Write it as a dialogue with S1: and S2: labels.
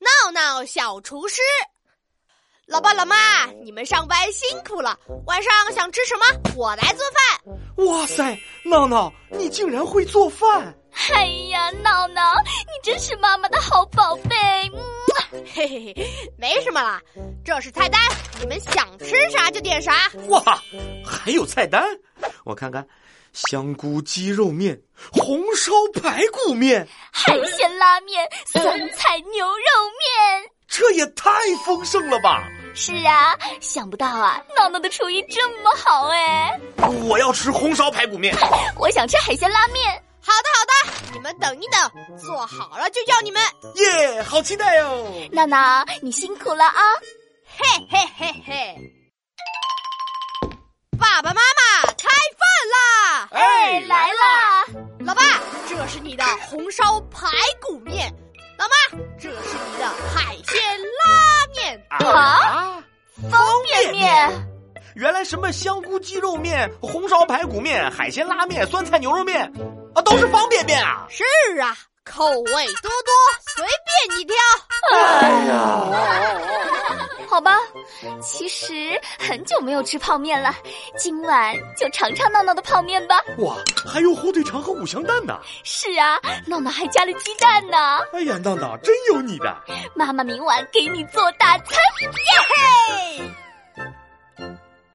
S1: 闹闹小厨师。老爸老妈，你们上班辛苦了，晚上想吃什么，我来做饭。
S2: 哇塞，闹闹，你竟然会做饭！
S3: 哎呀，闹闹，你真是妈妈的好宝贝。嗯
S1: 嘿嘿嘿，没什么啦，这是菜单，你们想吃啥就点啥。
S2: 哇，还有菜单，我看看：香菇鸡肉面、红烧排骨面、
S3: 海鲜拉面、酸菜牛肉面。
S2: 这也太丰盛了吧！
S3: 是啊，想不到啊，闹闹的厨艺这么好哎！
S2: 我要吃红烧排骨面。
S3: 我想吃海鲜拉面。
S1: 好的好的，你们等一等，做好了就叫你们。
S2: 耶，好期待哦！
S3: 闹闹，你辛苦了啊！
S1: 嘿嘿嘿嘿，爸爸妈妈开饭啦！
S2: 哎
S3: 来啦！
S1: 老爸，这是你的红烧排骨面；老妈，这是你的海鲜拉面。
S2: 啊！
S3: 方便面。
S2: 原来什么香菇鸡肉面、红烧排骨面、海鲜拉面、酸菜牛肉面，啊，都是方便面啊！
S1: 是啊，口味多多，随便你挑。
S2: 哎呀，
S3: 好吧，其实很久没有吃泡面了，今晚就尝尝闹闹的泡面吧。
S2: 哇，还有火腿肠和五香蛋呢！
S3: 是啊，闹闹还加了鸡蛋呢。
S2: 哎呀，闹闹真有你的！
S3: 妈妈明晚给你做大餐。
S1: 耶嘿！